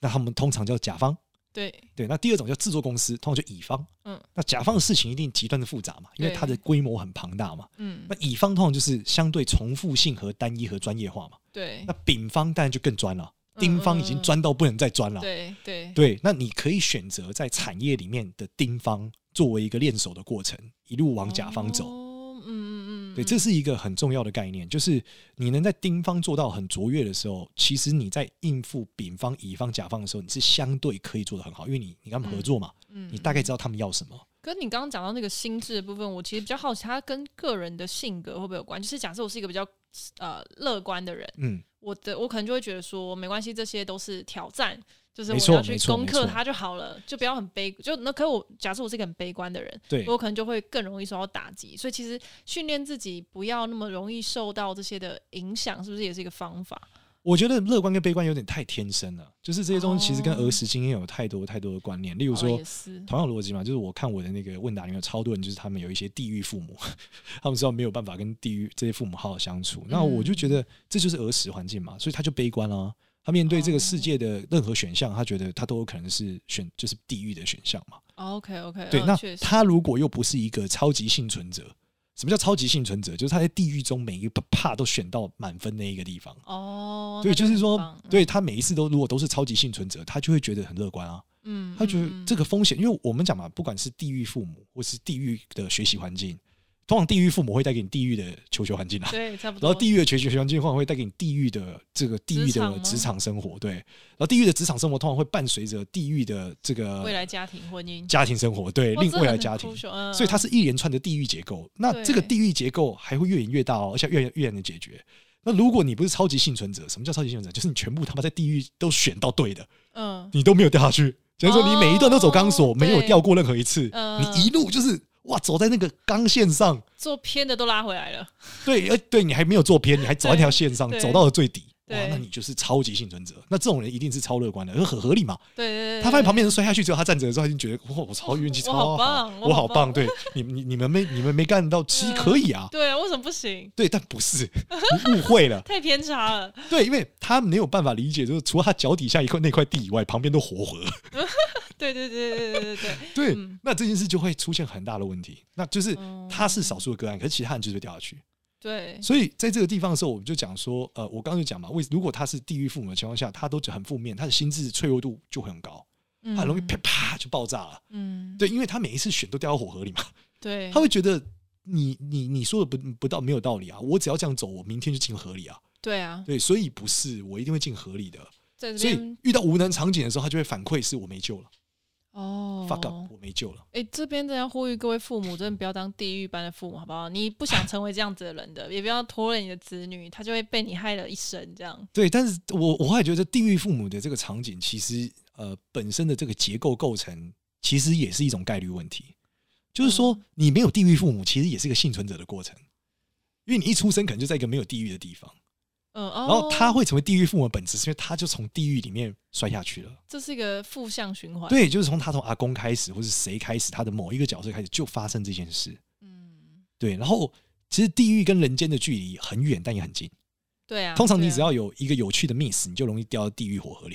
Speaker 3: 那他们通常叫甲方。
Speaker 1: 对，
Speaker 3: 对，那第二种叫制作公司，通常就乙方。
Speaker 1: 嗯，
Speaker 3: 那甲方的事情一定极端的复杂嘛，因为
Speaker 1: 对
Speaker 3: 它的规模很庞大嘛。
Speaker 1: 嗯
Speaker 3: 那，乙方通常就是相对重复性和单一和专业化嘛。
Speaker 1: 对
Speaker 3: 那，丙方当然就更专了，
Speaker 1: 嗯
Speaker 3: 丁方已经专到不能再专了。
Speaker 1: 对对
Speaker 3: 对，那你可以选择在产业里面的丁方作为一个练手的过程，一路往甲方走。
Speaker 1: 哦、嗯嗯嗯，
Speaker 3: 对，这是一个很重要的概念，就是你能在丁方做到很卓越的时候，其实你在应付丙方、乙方、甲方的时候，你是相对可以做得很好，因为你你跟他们合作嘛，
Speaker 1: 嗯
Speaker 3: 你大概知道他们要什么。
Speaker 1: 可是你刚刚讲到那个心智的部分，我其实比较好奇，它跟个人的性格会不会有关？就是假设我是一个比较呃乐观的人，
Speaker 3: 嗯，
Speaker 1: 我的我可能就会觉得说，没关系，这些都是挑战，就是
Speaker 3: 没
Speaker 1: 我
Speaker 3: 错
Speaker 1: 要去
Speaker 3: 没错
Speaker 1: 攻
Speaker 3: 没
Speaker 1: 克
Speaker 3: 错
Speaker 1: 它就好了，就不要很悲。就那可我假设我是一个很悲观的人，
Speaker 3: 对，
Speaker 1: 我可能就会更容易受到打击。所以其实训练自己不要那么容易受到这些的影响，是不是也是一个方法？
Speaker 3: 我觉得乐观跟悲观有点太天生了，就是这些东西其实跟
Speaker 1: 哦
Speaker 3: 儿时经验有太多太多的关联。例如
Speaker 1: 我
Speaker 3: 说
Speaker 1: 哦也，是，
Speaker 3: 同样的逻辑嘛，就是我看我的那个问答里面有超多人，就是他们有一些地狱父母， 他们知道没有办法跟地狱这些父母好好相
Speaker 1: 嗯
Speaker 3: 处。那我就觉得这就是儿时环境嘛，所以他就悲观啦、啊他面对这个世界的任何选项，他觉得他都有可能是选就是地狱的选项嘛。
Speaker 1: OK OK，
Speaker 3: 对，
Speaker 1: 嗯、
Speaker 3: 那
Speaker 1: 确实
Speaker 3: 他如果又不是一个超级幸存者，什么叫超级幸存者？就是他在地狱中每一个怕都选到满分那一个地方。
Speaker 1: 哦，
Speaker 3: 对，
Speaker 1: 那
Speaker 3: 就是
Speaker 1: 很
Speaker 3: 说
Speaker 1: 棒，
Speaker 3: 对他每一次都如果都是超级幸存者，他就会觉得很乐观啊。
Speaker 1: 嗯，
Speaker 3: 他觉得
Speaker 1: 嗯
Speaker 3: 这个风险，因为我们讲嘛，不管是地狱父母或是地狱的学习环境，通常地狱父母会带给你地狱的求学环境啊，
Speaker 1: 嗯对差不多，
Speaker 3: 然后地狱的求学环境的话会带给你地狱的这个地狱
Speaker 1: 职场
Speaker 3: 的
Speaker 1: 吗
Speaker 3: 职场生活，对，然后地狱的职场生活通常会伴随着地狱的这
Speaker 1: 未
Speaker 3: 个
Speaker 1: 来家庭婚姻，
Speaker 3: 家庭生活，对，
Speaker 1: 哇
Speaker 3: 另
Speaker 1: 这
Speaker 3: 未来
Speaker 1: 很
Speaker 3: 家
Speaker 1: 酷
Speaker 3: 庭，
Speaker 1: 炫嗯、
Speaker 3: 所以它是一连串的地域结构。那这个
Speaker 1: 对
Speaker 3: 地域结构还会越演越大哦，而且越越难解决。那如果你不是超级幸存者，什么叫超级幸存者？就是你全部他妈在地狱都选到对的，
Speaker 1: 嗯
Speaker 3: 你都没有掉下去。假如说你每一段都走钢索，
Speaker 1: 哦
Speaker 3: 没有
Speaker 1: 对
Speaker 3: 掉过任何一次，
Speaker 1: 嗯
Speaker 3: 你一路就是哇走在那个钢线上，
Speaker 1: 做偏的都拉回来了，
Speaker 3: 对，而哎对你还没有做偏，你还走在那条线上，
Speaker 1: 对
Speaker 3: 走到了最底。哇
Speaker 1: 对，
Speaker 3: 那你就是超级幸存者。那这种人一定是超乐观的，很很合理嘛。
Speaker 1: 对对对，
Speaker 3: 他发现旁
Speaker 1: 边
Speaker 3: 边人摔下去之后，他站着的时候，他就觉得哇，我超运气
Speaker 1: 我
Speaker 3: 超
Speaker 1: 好
Speaker 3: 好，
Speaker 1: 棒，
Speaker 3: 我好
Speaker 1: 好
Speaker 3: 棒。，对你你 你们没你们没干到，其实可以啊。
Speaker 1: 对啊，为什么不行？
Speaker 3: 对，但不是，你误会了。
Speaker 1: 太偏差了，
Speaker 3: 对，因为他没有办法理解，就是除了他脚底下一块那块地以外，旁边都活河。
Speaker 1: 对对对对对对对，
Speaker 3: 对，
Speaker 1: 嗯
Speaker 3: 那这件事就会出现很大的问题。那就是
Speaker 1: 嗯
Speaker 3: 他是少数的个案，可是其他人就是被掉下去。
Speaker 1: 对，
Speaker 3: 所以在这个地方的时候，我们就讲说，呃，我刚刚就讲嘛，为如果他是地狱父母的情况下，他都很负面，他的心智脆弱度就会很高，
Speaker 1: 嗯
Speaker 3: 他很容易啪啪就爆炸了。
Speaker 1: 嗯，
Speaker 3: 对，因为他每一次选都掉到火河里嘛，
Speaker 1: 对，
Speaker 3: 他会觉得你你你说的不不到没有道理啊，我只要这样走，我明天就进河里啊。
Speaker 1: 对啊，
Speaker 3: 对，所以不是我一定会进河里的。
Speaker 1: 在这
Speaker 3: 所
Speaker 1: 边
Speaker 3: 以遇到无能场景的时候，他就会反馈是我没救了、
Speaker 1: 哦
Speaker 3: f u c k up，我没救了。
Speaker 1: 哎、这边真的要呼吁各位父母，真的不要当地狱般的父母，好不好？你不想成为这样子的人的，也不要拖累你的子女，他就会被你害了一生。这样，
Speaker 3: 对，但是我我还觉得地狱父母的这个场景，其实呃本身的这个结构构成，其实也是一种概率问题。就是说
Speaker 1: 嗯，
Speaker 3: 你没有地狱父母，其实也是一个幸存者的过程，因为你一出生可能就在一个没有地狱的地方，
Speaker 1: 嗯，哦、
Speaker 3: 然后他，会成为地狱父母的本质，是因为他就从地狱里面摔下去了。
Speaker 1: 这是一个负向循环。，
Speaker 3: 对，就是从他从阿公开始，或是谁开始，他的某一个角色开始就发生这件事。
Speaker 1: 嗯，
Speaker 3: 对，然后其实地狱跟人间的距离很远，但也很近。
Speaker 1: 对啊。
Speaker 3: 通常
Speaker 1: 对
Speaker 3: 你
Speaker 1: 啊
Speaker 3: 只要有一个有趣的 miss，你就容易掉到地狱火河里。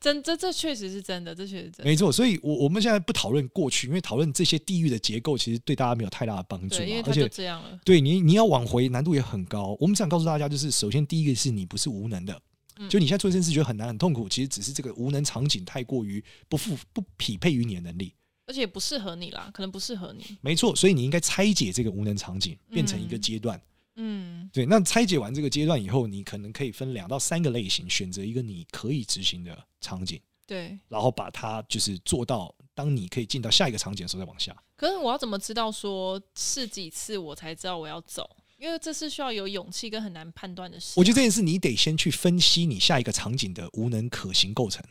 Speaker 1: 真这这确实是真的，这确实是真的。
Speaker 3: 没错，所以我我们现在不讨论过去，因为讨论这些地狱的结构，其实对大家没有太大的帮助
Speaker 1: 对，因
Speaker 3: 嘛
Speaker 1: 为。他
Speaker 3: 而
Speaker 1: 就
Speaker 3: 且，
Speaker 1: 这样了。
Speaker 3: 对你你要往回难度也很高。我们想告诉大家，就是首先第一个是你不是无能的。
Speaker 1: 嗯
Speaker 3: 就你现在做一件事觉得很难很痛苦，其实只是这个无能场景太过于不符不匹配于你的能力。
Speaker 1: 而且也不适合你啦，可能不适合你。
Speaker 3: 没错，所以你应该拆解这个无能场景，变成一个
Speaker 1: 嗯
Speaker 3: 阶段。
Speaker 1: 嗯
Speaker 3: 对，那拆解完这个阶段以后，你可能可以分两到三个类型，选择一个你可以执行的场景，
Speaker 1: 对，
Speaker 3: 然后把它就是做到当你可以进到下一个场景的时候再往下。
Speaker 1: 可是我要怎么知道说试几次我才知道我要走？因为这是需要有勇气跟很难判断的事啊、
Speaker 3: 我觉得这件事你得先去分析你下一个场景的无能可行构成。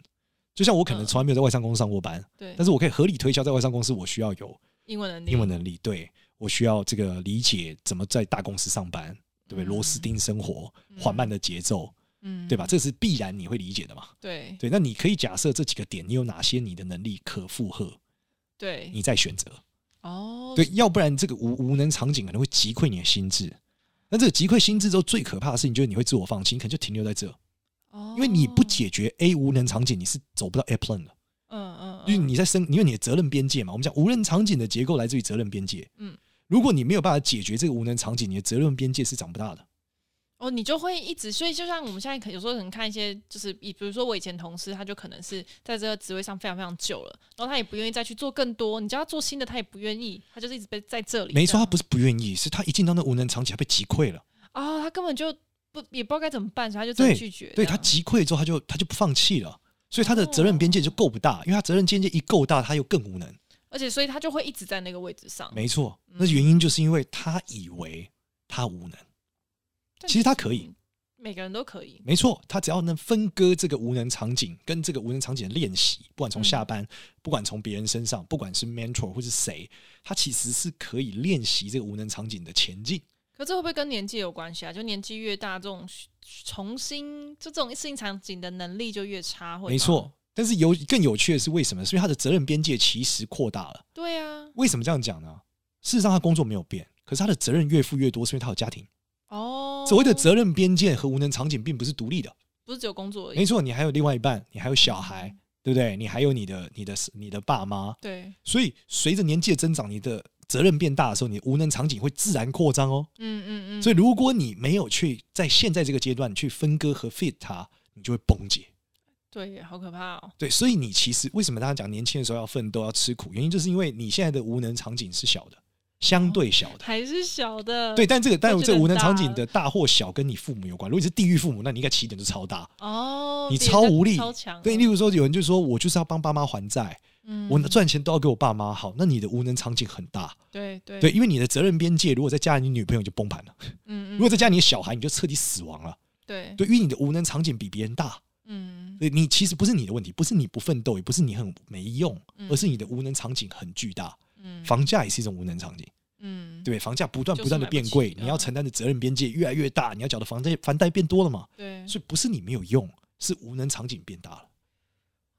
Speaker 3: 就像我可能
Speaker 1: 嗯
Speaker 3: 从来没有在外商公司上过班，
Speaker 1: 对，
Speaker 3: 但是我可以合理推销，在外商公司我需要有
Speaker 1: 英文能力，
Speaker 3: 英文能力，对我需要这个理解怎么在大公司上班，对不对？
Speaker 1: 嗯
Speaker 3: 螺丝钉生活，
Speaker 1: 嗯
Speaker 3: 缓慢的节奏，
Speaker 1: 嗯，
Speaker 3: 对吧？这是必然你会理解的嘛？
Speaker 1: 对
Speaker 3: 对，那你可以假设这几个点，你有哪些你的能力可负荷，
Speaker 1: 对
Speaker 3: 你再选择。
Speaker 1: 哦，
Speaker 3: 对，要不然这个无无能场景可能会击溃你的心智。那这个击溃心智之后，最可怕的事情就是你会自我放弃，你可能就停留在这，
Speaker 1: 哦，
Speaker 3: 因为你不解决 A 无能场景，你是走不到 A plan 的。
Speaker 1: 嗯，嗯嗯，
Speaker 3: 因为你在生，因为你的责任边界嘛，我们讲无人场景的结构来自于责任边界。
Speaker 1: 嗯，
Speaker 3: 如果你没有办法解决这个无能场景，你的责任边界是长不大的。
Speaker 1: 哦，你就会一直，所以就像我们现在可有时候可能看一些，就是以比如说我以前同事，他就可能是在这个职位上非常非常久了，然后他也不愿意再去做更多，你叫他做新的，他也不愿意，他就是一直被在这里这样。
Speaker 3: 没错，他不是不愿意，是他一进到那无能场景，他被击溃了。
Speaker 1: 啊、他根本就不也不知道该怎么办，所以他就只能
Speaker 3: 对
Speaker 1: 拒绝这
Speaker 3: 对
Speaker 1: 样。
Speaker 3: 他击溃之后，他就他就不放弃了，所以他的责任边界就够不大，因为他责任边界一够大，他又更无能。
Speaker 1: 而且所以他就会一直在那个位置上。
Speaker 3: 没错，
Speaker 1: 哦嗯
Speaker 3: 那原因就是因为他以为他无能。
Speaker 1: 但
Speaker 3: 其实他可以
Speaker 1: 嗯，每个人都可以。
Speaker 3: 没错，他只要能分割这个无能场景跟这个无能场景的练习，不管从下班，不管从别人身上，不管是 mentor 或是谁，他其实是可以练习这个无能场景的前进。
Speaker 1: 可这会不会跟年纪有关系啊？就年纪越大，这种重新就这种事情场景的能力就越差，会吗
Speaker 3: 没，错，但是有更有趣的是为什么？是因为他的责任边界其实扩大了。
Speaker 1: 对啊，
Speaker 3: 为什么这样讲呢？事实上，他工作没有变，可是他的责任越负越多，是因为他有家庭。
Speaker 1: 哦，
Speaker 3: 所谓的责任边界和无能场景并不是独立的，
Speaker 1: 不是只有工作而已
Speaker 3: 没，错，你还有另外一半，你还有小孩，对不对？你还有你的、你的、你的爸妈，
Speaker 1: 对，
Speaker 3: 所以随着年纪的增长，你的责任变大的时候，你的无能场景会自然扩张哦。
Speaker 1: 嗯嗯嗯，
Speaker 3: 所以如果你没有去在现在这个阶段去分割和 fit 它，你就会崩解。
Speaker 1: 对耶，好可怕哦，
Speaker 3: 对，所以你其实为什么大家讲年轻的时候要奋斗、要吃苦，原因就是因为你现在的无能场景是小的，相对小的。
Speaker 1: 还是小的，
Speaker 3: 对，但这个但
Speaker 1: 哦我觉
Speaker 3: 这
Speaker 1: 得
Speaker 3: 个无能
Speaker 1: 很
Speaker 3: 场
Speaker 1: 大啊
Speaker 3: 景的大或小跟你父母有关。如果你是地狱父母，那你应该起点就超大，
Speaker 1: 哦，
Speaker 3: 你
Speaker 1: 比人
Speaker 3: 超
Speaker 1: 家
Speaker 3: 无力
Speaker 1: 超强，
Speaker 3: 对，例，如说有人就说我就是要帮爸妈还债，
Speaker 1: 嗯
Speaker 3: 我赚钱都要给我爸妈好，那你的无能场景很大。
Speaker 1: 对对
Speaker 3: 对，，因为你的责任边界如果再加上你女朋友就崩盘了，
Speaker 1: 嗯嗯，
Speaker 3: 如果再加上你的小孩，你就彻底死亡了。
Speaker 1: 对，
Speaker 3: 对，因为你的无能场景比别人大，
Speaker 1: 嗯
Speaker 3: 对你其实不是你的问题，不是你不奋斗，也不是你很没用，
Speaker 1: 嗯
Speaker 3: 而是你的无能场景很巨大。
Speaker 1: 嗯，
Speaker 3: 房价也是一种无能场景，
Speaker 1: 嗯
Speaker 3: 对不对？房价不断
Speaker 1: 就是
Speaker 3: 不断的
Speaker 1: 买不起
Speaker 3: 变贵，
Speaker 1: 的
Speaker 3: 你要承担的责任边界越来越大，你要缴的房贷房贷变多了嘛，
Speaker 1: 对，
Speaker 3: 所以不是你没有用，是无能场景变大
Speaker 1: 嗯
Speaker 3: 了。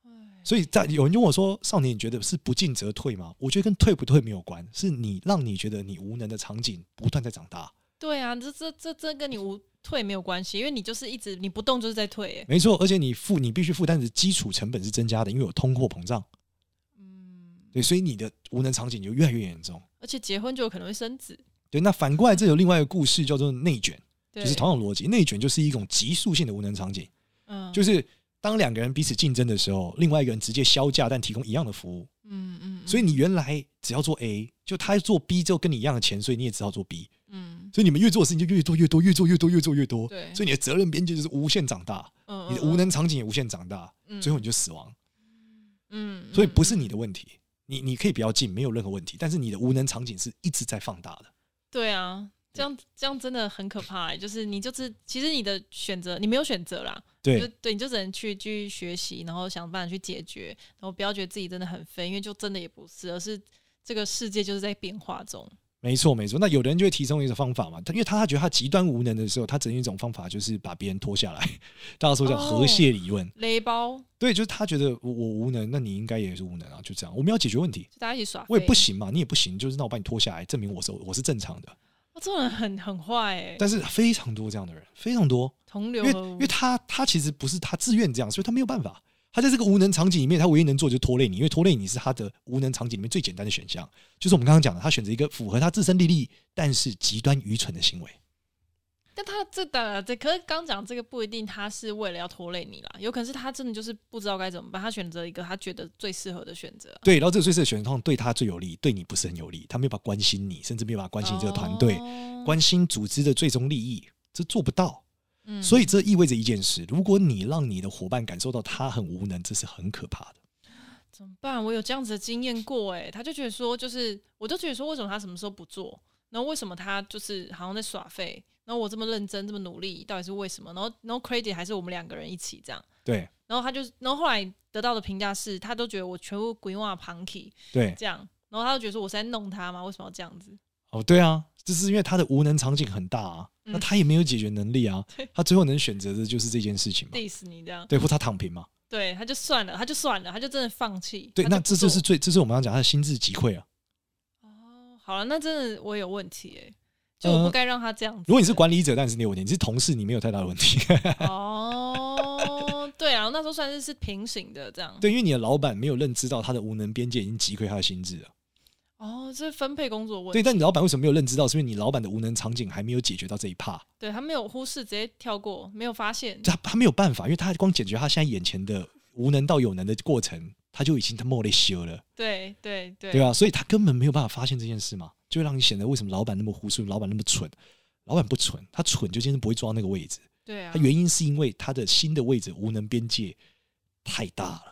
Speaker 1: 哎
Speaker 3: 所以在有人就问我说：“少年，你觉得是不进则退吗？”我觉得跟退不退没有关，是你让你觉得你无能的场景不断在长大。
Speaker 1: 对啊，这这这这跟你无退没有关系，因为你就是一直你不动就是在退耶，
Speaker 3: 没错，而且你负你必须负担的基础成本是增加的，因为有通货膨胀，
Speaker 1: 嗯，
Speaker 3: 对，所以你的无能场景就越来越严重。
Speaker 1: 而且结婚就有可能会生子，
Speaker 3: 对，那反过来这有另外一个故事叫做内卷，
Speaker 1: 对，
Speaker 3: 就是同样的逻辑，内卷就是一种急速性的无能场景，
Speaker 1: 嗯，
Speaker 3: 就是当两个人彼此竞争的时候，另外一个人直接销价但提供一样的服务，
Speaker 1: 嗯嗯，
Speaker 3: 所以
Speaker 1: 嗯
Speaker 3: 你原来只要做 A，就他做 B 之后跟你一样的钱，所以你也只好做 B，
Speaker 1: 嗯
Speaker 3: 所以你们越做的事情就越多越多越做越多越做越多，
Speaker 1: 对
Speaker 3: 所以你的责任边界就是无限长大，
Speaker 1: 嗯，
Speaker 3: 你的无能场景也无限长大，
Speaker 1: 能
Speaker 3: 最后你就死亡。
Speaker 1: 嗯，
Speaker 3: 所以不
Speaker 1: 嗯
Speaker 3: 是你的问题，你你可以不要进，没有任何问题。但是你的无能场景是一直在放大的，
Speaker 1: 对啊，这样这样真的很可怕、欸。就是你就是，其实你的选择你没有选择啦，就
Speaker 3: 对
Speaker 1: 对，你就只能去去学习，然后想办法去解决，然后不要觉得自己真的很废，因为就真的也不是，而是这个世界就是在变化中。
Speaker 3: 没错没错。那有的人就会提供一种方法嘛，他因为他他觉得他极端无能的时候，他只能一种方法就是把别人拖下来， 大家说叫
Speaker 1: 哦
Speaker 3: 和谐理论。
Speaker 1: 雷包
Speaker 3: 对，就是他觉得我我无能，那你应该也是无能啊，就这样。我们要解决问题，
Speaker 1: 就大家一起耍废，
Speaker 3: 我也不行嘛，你也不行，就是那我把你拖下来，证明我是我是正常的。
Speaker 1: 哦，这种人很很坏哎、
Speaker 3: 但是非常多这样的人，非常多，
Speaker 1: 同
Speaker 3: 因
Speaker 1: 流
Speaker 3: 为
Speaker 1: 合
Speaker 3: 因
Speaker 1: 污
Speaker 3: 为。他他其实不是他自愿这样，所以他没有办法。他在这个无能场景里面，他唯一能做就是拖累你，因为拖累你是他的无能场景里面最简单的选项，就是我们刚刚讲的，他选择一个符合他自身利益但是极端愚蠢的行为。
Speaker 1: 但他这当然这，可是刚讲这个不一定他是为了要拖累你啦，有可能是他真的就是不知道该怎么办，他选择一个他觉得最适合的选择啊。
Speaker 3: 对，然后这个最适的选择通常对他最有利，对你不是很有利，他没有办法关心你，甚至没有办法关心你这个团队，
Speaker 1: 哦
Speaker 3: 关心组织的最终利益，这做不到。
Speaker 1: 嗯
Speaker 3: 所以这意味着一件事：如果你让你的伙伴感受到他很无能，这是很可怕的。
Speaker 1: 怎么办？我有这样子的经验过哎、他就觉得说，就是我就觉得说，为什么他什么时候不做？然后为什么他就是好像在耍废？然后我这么认真这么努力，到底是为什么？然后然后 credit 还是我们两个人一起这样。
Speaker 3: 对
Speaker 1: 然后他就，然后后来得到的评价是，他都觉得我全部鬼话 punky
Speaker 3: 对，
Speaker 1: 这样，然后他就觉得说我是在弄他吗？为什么要这样子？
Speaker 3: 哦对啊，这是因为他的无能场景很大啊，那
Speaker 1: 嗯
Speaker 3: 他也没有解决能力啊
Speaker 1: 对，
Speaker 3: 他最后能选择的就是这件事情嘛，
Speaker 1: diss 你这样，
Speaker 3: 对，或他躺平嘛，
Speaker 1: 对，他就算了，他就算了，他就真的放弃。
Speaker 3: 对，
Speaker 1: 他
Speaker 3: 那
Speaker 1: 不
Speaker 3: 这就
Speaker 1: 做
Speaker 3: 是最，这是我们要讲他的心智击溃啊。
Speaker 1: 哦，好了，那真的我有问题哎、就我
Speaker 3: 呃
Speaker 1: 不该让他这样子。
Speaker 3: 如果你是管理者，但是你有问题；你是同事，你没有太大的问题。
Speaker 1: 哦，对啊，那时候算是是平行的这样。
Speaker 3: 对，因为你的老板没有认知到他的无能边界已经击溃他的心智了。
Speaker 1: 哦，这是分配工作问
Speaker 3: 对，
Speaker 1: 题，
Speaker 3: 但你老板为什么没有认知到？是因为你老板的无能场景还没有解决到这一趴，
Speaker 1: 对他没有忽视，直接跳过，没有发现。
Speaker 3: 他他没有办法，因为他光解决他现在眼前的无能到有能的过程，他就已经他莫得修了，
Speaker 1: 对对对，
Speaker 3: 对吧、啊所以他根本没有办法发现这件事嘛，就会让你显得为什么老板那么胡说，老板那么蠢。老板不蠢，他蠢就今天不会抓那个位置。
Speaker 1: 对啊
Speaker 3: 他，原因是因为他的新的位置无能边界太大了，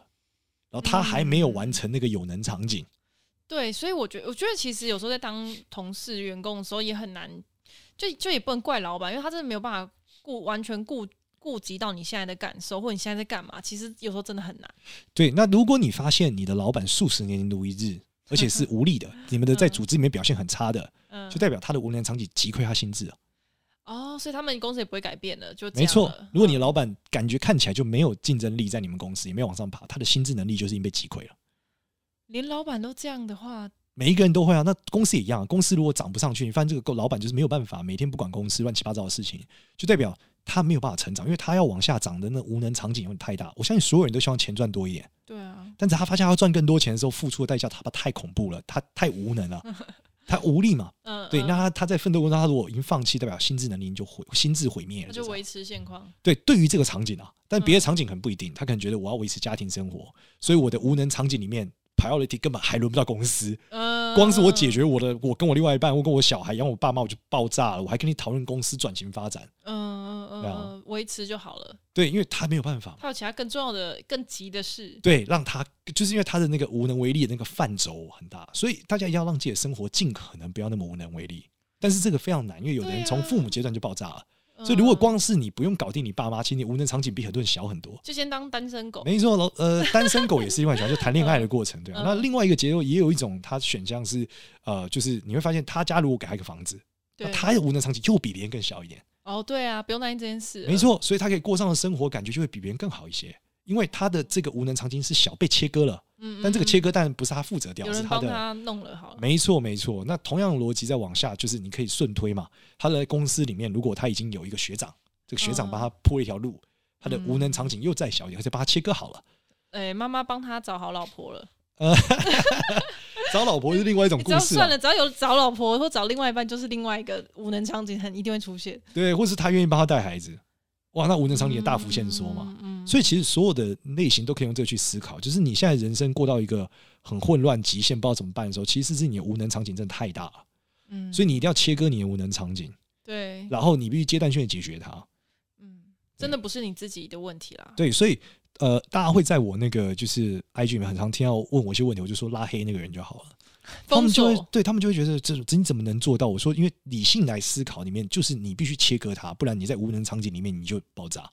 Speaker 3: 然后他还没有完成那个有能场景。
Speaker 1: 对，所以我觉得，我觉得其实有时候在当同事、员工的时候也很难，就就也不能怪老板，因为他真的没有办法顾完全顾顾及到你现在的感受，或你现在在干嘛。其实有时候真的很难。
Speaker 3: 对，那如果你发现你的老板数十年如一日，而且是无力的， 你们的在组织里面表现很差的，
Speaker 1: 嗯，
Speaker 3: 就代表他的无能场景击溃他心智啊。
Speaker 1: 哦，所以他们公司也不会改变了，就这
Speaker 3: 没
Speaker 1: 样
Speaker 3: 错
Speaker 1: 了，嗯
Speaker 3: 如果你的老板感觉看起来就没有竞争力，在你们公司也没有往上爬，他的心智能力就是已经被击溃了。
Speaker 1: 连老板都这样的话，
Speaker 3: 每一个人都会啊，那公司也一样啊。公司如果涨不上去，你发现这个老板就是没有办法，每天不管公司乱七八糟的事情，就代表他没有办法成长，因为他要往下涨的那无能场景有点太大。我相信所有人都希望钱赚多一点，
Speaker 1: 对啊，
Speaker 3: 但是他发现他要赚更多钱的时候，付出的代价他妈太恐怖了，他太无 能了，他无力嘛。
Speaker 1: 嗯，
Speaker 3: 对，
Speaker 1: 嗯
Speaker 3: 那他他在奋斗过程中，他如果已经放弃，代表心智能力就毁，心智毁灭
Speaker 1: 那
Speaker 3: 了。
Speaker 1: 嗯就
Speaker 3: 这样
Speaker 1: 维持现况。
Speaker 3: 对，对于这个场景啊，但别的
Speaker 1: 嗯
Speaker 3: 场景很不一定，他可能觉得我要维持家庭生活，所以我的无能场景里面 priority 根本还轮不到公司，
Speaker 1: 嗯，
Speaker 3: 光是我解决我的，我跟我另外一半，我跟我小孩，养我爸妈，我就爆炸了。我还跟你讨论公司转型发展，
Speaker 1: 嗯，嗯
Speaker 3: 对啊
Speaker 1: 嗯嗯，维持就好了。
Speaker 3: 对，因为他没有办法嘛，
Speaker 1: 他有其他更重要的、更急的事。
Speaker 3: 对，让他就是因为他的那个无能为力的那个范畴很大，所以大家一定要让自己的生活尽可能不要那么无能为力。但是这个非常难，因为有的人
Speaker 1: 对啊
Speaker 3: 从父母阶段就爆炸了，
Speaker 1: 嗯
Speaker 3: 所以如果光是你不用搞定你爸妈，其实你无能场景比很多人小很多。
Speaker 1: 就先当单身狗，
Speaker 3: 没错，老呃，单身狗也是另外一条，就谈恋爱的过 程，对啊。
Speaker 1: 嗯
Speaker 3: 那另外一个结构也有一种，它选项是呃，就是你会发现他家如果给他一个房子，那
Speaker 1: 对，
Speaker 3: 他的无能场景又比别人更小一点。
Speaker 1: 哦，对啊，不用担心这件事。
Speaker 3: 没，错，所以他可以过上的生活感觉就会比别人更好一些，因为他的这个无能场景是小被切割了，
Speaker 1: 嗯，嗯
Speaker 3: 但这个切
Speaker 1: 嗯
Speaker 3: 割当然不是他负责掉，
Speaker 1: 有
Speaker 3: 是
Speaker 1: 人帮
Speaker 3: 的。
Speaker 1: 他弄了好了。
Speaker 3: 没错，没错。那同样逻辑再往下，就是你可以顺推嘛。他的公司里面，如果他已经有一个学长，这个学长
Speaker 1: 嗯
Speaker 3: 帮他铺了一条路，他的无能场景又再小一点，而且帮他切割好了。
Speaker 1: 哎，妈妈帮他找好老婆了。
Speaker 3: 找老婆是另外一种
Speaker 1: 你只
Speaker 3: 故
Speaker 1: 要
Speaker 3: 事
Speaker 1: 算
Speaker 3: 啊，
Speaker 1: 了，只要有找老婆或找另外一半，就是另外一个无能场景，很一定会出现。
Speaker 3: 对，或是他愿意帮他带孩子，哇，那无能场景也大幅限缩嘛。
Speaker 1: 嗯，嗯，
Speaker 3: 所以其实所有的类型都可以用这个去思考，就是你现在人生过到一个很混乱、极限，不知道怎么办的时候，其实是你的无能场景真的太大了，
Speaker 1: 嗯
Speaker 3: 所以你一定要切割你的无能场景，
Speaker 1: 对，
Speaker 3: 然后你必须阶段性的解决它。
Speaker 1: 嗯，真的不是你自己的问题啦。
Speaker 3: 对，所以呃，大家会在我那个就是 IG 里面很常听到问我一些问题，我就说拉黑那个人就好了，他
Speaker 1: 封
Speaker 3: 们就
Speaker 1: 锁
Speaker 3: 会对他们就会觉得这这你怎么能做到？我说因为理性来思考里面，就是你必须切割它，不然你在无能场景里面你就爆炸。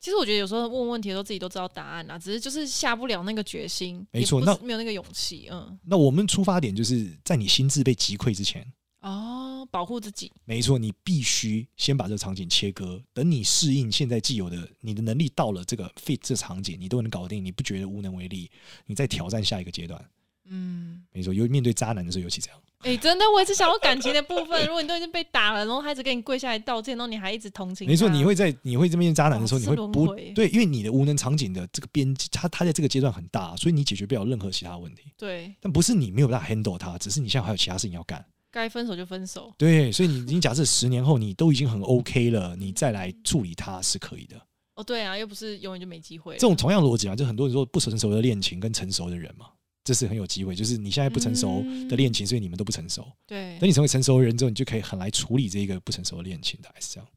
Speaker 1: 其实我觉得有时候问问题的时候自己都知道答案啊啦，只是就是下不了那个决心，
Speaker 3: 没错
Speaker 1: 也不是
Speaker 3: 那
Speaker 1: 没有那个勇气，嗯，
Speaker 3: 那我们出发点就是在你心智被击溃之前，
Speaker 1: 哦，保护自己，
Speaker 3: 没错，你必须先把这个场景切割，等你适应现在既有的，你的能力到了这个 fit 这场景，你都能搞定，你不觉得无能为力，你再挑战下一个阶段。
Speaker 1: 嗯，
Speaker 3: 没错，尤面对渣男的时候尤其这样。
Speaker 1: 哎、真的，我也是想要感情的部分，如果你都已经被打了，然后他一直跟你跪下来道歉，然后你还一直同情他，
Speaker 3: 没错，你会在你会这边渣男的时候，
Speaker 1: 啊哦
Speaker 3: 你会
Speaker 1: 是轮
Speaker 3: 不
Speaker 1: 回
Speaker 3: 对，因为你的无能场景的这个边际，它它在这个阶段很大，所以你解决不了任何其他问题。
Speaker 1: 对
Speaker 3: 但不是你没有办法 handle 它，只是你现在还有其他事情要干。
Speaker 1: 该分手就分手，
Speaker 3: 对，所以你你假设十年后你都已经很 OK 了，你再来处理它是可以的。
Speaker 1: 哦，对啊，又不是永远就没机会了，
Speaker 3: 这种同样逻辑啊，就很多人说不成熟的恋情跟成熟的人嘛，这是很有机会。就是你现在不成熟的恋情，所以你们都不成熟。
Speaker 1: 对
Speaker 3: 等你成为成熟的人之后，你就可以很来处理这个不成熟的恋情，大概是这样。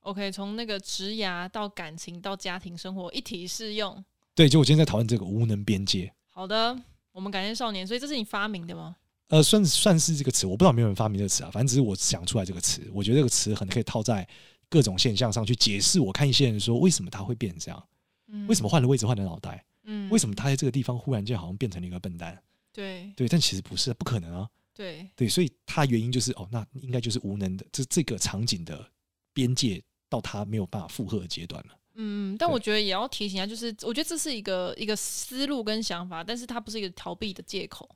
Speaker 1: ，OK，从那个职涯到感情到家庭生活一体适用，
Speaker 3: 对，就我今天在讨论这个无能边界。
Speaker 1: 好的，我们感谢少年，所以这是你发明的吗？
Speaker 3: 呃，算算是这个词，我不知道有没有人发明这个词啊，反正只是我想出来这个词。我觉得这个词很可以套在各种现象上去解释。我看一些人说，为什么他会变成这样？
Speaker 1: 嗯，
Speaker 3: 为什么？换了位置，换了脑袋？
Speaker 1: 嗯，
Speaker 3: 为什
Speaker 1: 么？
Speaker 3: 么他在这个地方忽然间好像变成了一个笨蛋？
Speaker 1: 对
Speaker 3: 对，但其实不是，不可能啊。
Speaker 1: 对，
Speaker 3: 对，所以他原因就是哦，那应该就是无能的，这这个场景的边界到他没有办法负荷的阶段了。
Speaker 1: 嗯，但
Speaker 3: 对
Speaker 1: 我觉得也要提醒一下，就是我觉得这是一个一个思路跟想法，但是它不是一个逃避的借口。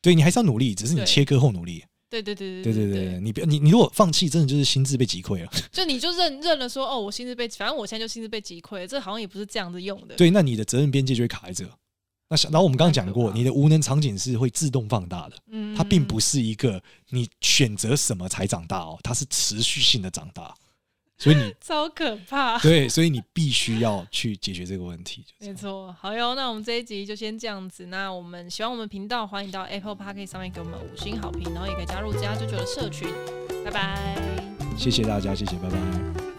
Speaker 3: 对你还是要努力，只是你
Speaker 1: 对
Speaker 3: 切割后努力。
Speaker 1: 对对对
Speaker 3: 对
Speaker 1: 对
Speaker 3: 对对，你不要你你如果放弃，真的就是心智被击溃了。
Speaker 1: 就你就认认了说，哦，我心智被，反正我现在就心智被击溃，这好像也不是这样子用的。
Speaker 3: 对，那你的责任边界就会卡在这。那想然后我们刚刚讲
Speaker 1: 太可
Speaker 3: 过，
Speaker 1: 怕
Speaker 3: 你的无能场景是会自动放大的，
Speaker 1: 嗯，嗯，
Speaker 3: 它并不
Speaker 1: 嗯
Speaker 3: 是一个你选择什么才长大哦，它是持续性的长大。所以你
Speaker 1: 超可 怕。
Speaker 3: 对，所以你必须要去解决这个问题。就这
Speaker 1: 没
Speaker 3: 样
Speaker 1: 错，好哟，那我们这一集就先这样子。那我们喜欢我们频道，欢迎到 Apple p a r k 上面给我们五星好评，然后也可以加入家追九的社群。拜拜。
Speaker 3: 谢谢大家，谢谢，拜拜。